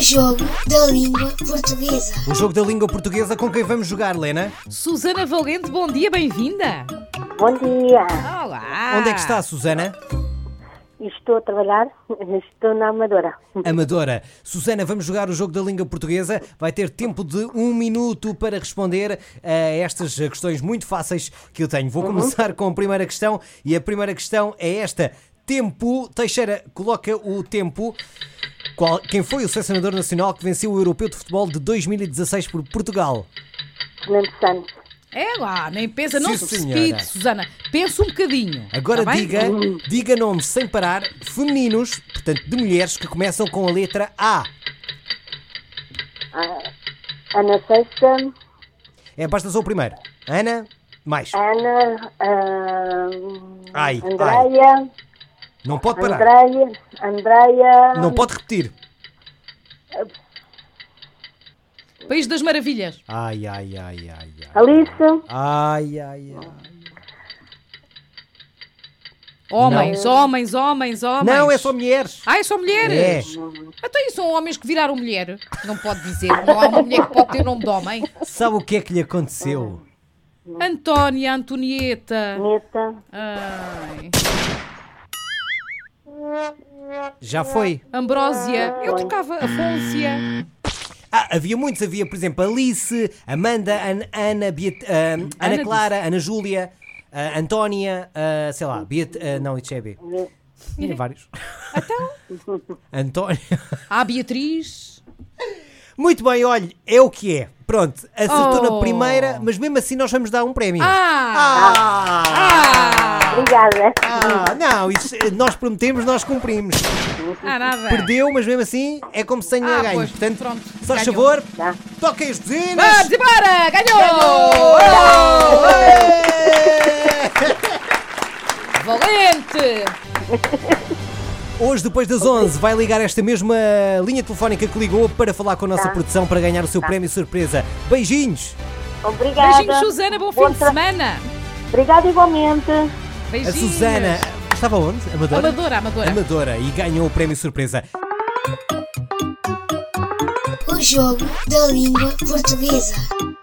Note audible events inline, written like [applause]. Jogo da língua portuguesa. Um jogo da língua portuguesa com quem vamos jogar, Lena? Susana Valente, bom dia, bem-vinda. Bom dia. Olá. Onde é que está, Susana? Estou a trabalhar, [laughs] estou na Amadora. Amadora. Susana, vamos jogar o jogo da língua portuguesa. Vai ter tempo de um minuto para responder a estas eh, questões muito fáceis que eu tenho. Vou Uhum. começar com a primeira questão e a primeira questão é esta. Tempo. Teixeira, coloca o tempo. Qual- quem foi o selecionador nacional que venceu o Europeu de Futebol de 2016 por Portugal? Fernando Santos. É lá, nem pensa, não Sim, se senhora. precipite, Susana. Pensa um bocadinho. Agora tá bem? diga, diga nomes sem parar femininos, portanto de mulheres que começam com a letra A. Ana Sexta, É, basta só o primeiro. Ana, mais. É, Ana, ahm, Ai, Andreia, Não um pode parar. Andreia, Andreia, Não pode repetir. País das Maravilhas. Ai, ai, ai, ai, ai. Alice, Ai, ai, ai. Homens, homens, homens, homens. Não, é só mulheres. Ah, é só É. mulheres? Então e são homens que viraram mulher? Não pode dizer. Não há uma mulher que pode ter nome de homem. Sabe o que é que lhe aconteceu? Antónia, Antonieta. Neta, Ai. Já foi. Ambrósia. Eu tocava Afôncia. Ah, havia muitos. Havia, por exemplo, Alice, Amanda, An- Ana, Beat- ah, Ana Ana Clara, Ana Júlia, ah, Antónia, ah, sei lá, Beat, ah, não, isso já é B. Tinha vários. Então? [laughs] Antónia. Há a Beatriz. Muito bem, olhe, é o que é. Pronto, acertou na Oh. primeira, mas mesmo assim nós vamos dar um prémio. Ah! Ah! obrigada. Ah, Não, isso, eh, nós prometemos, nós cumprimos. Ah, nada. Perdeu, mas mesmo assim é como se tenha Ah, ganho. pois, Portanto, pronto, se faz ganhou. Ah, favor, Tá. toquem as buzinas. Vamos embora! Ganhou! Ué! Valente! Hoje, depois das 11, vai ligar esta mesma linha telefónica que ligou para falar com a nossa produção para ganhar o seu prémio surpresa. Beijinhos! Obrigada. Beijinhos, Susana. Bom fim de tra- semana. Obrigada igualmente. A Beijinhos. Susana estava onde? Amadora? Amadora, amadora. Amadora e ganhou o prémio surpresa. O jogo da língua portuguesa.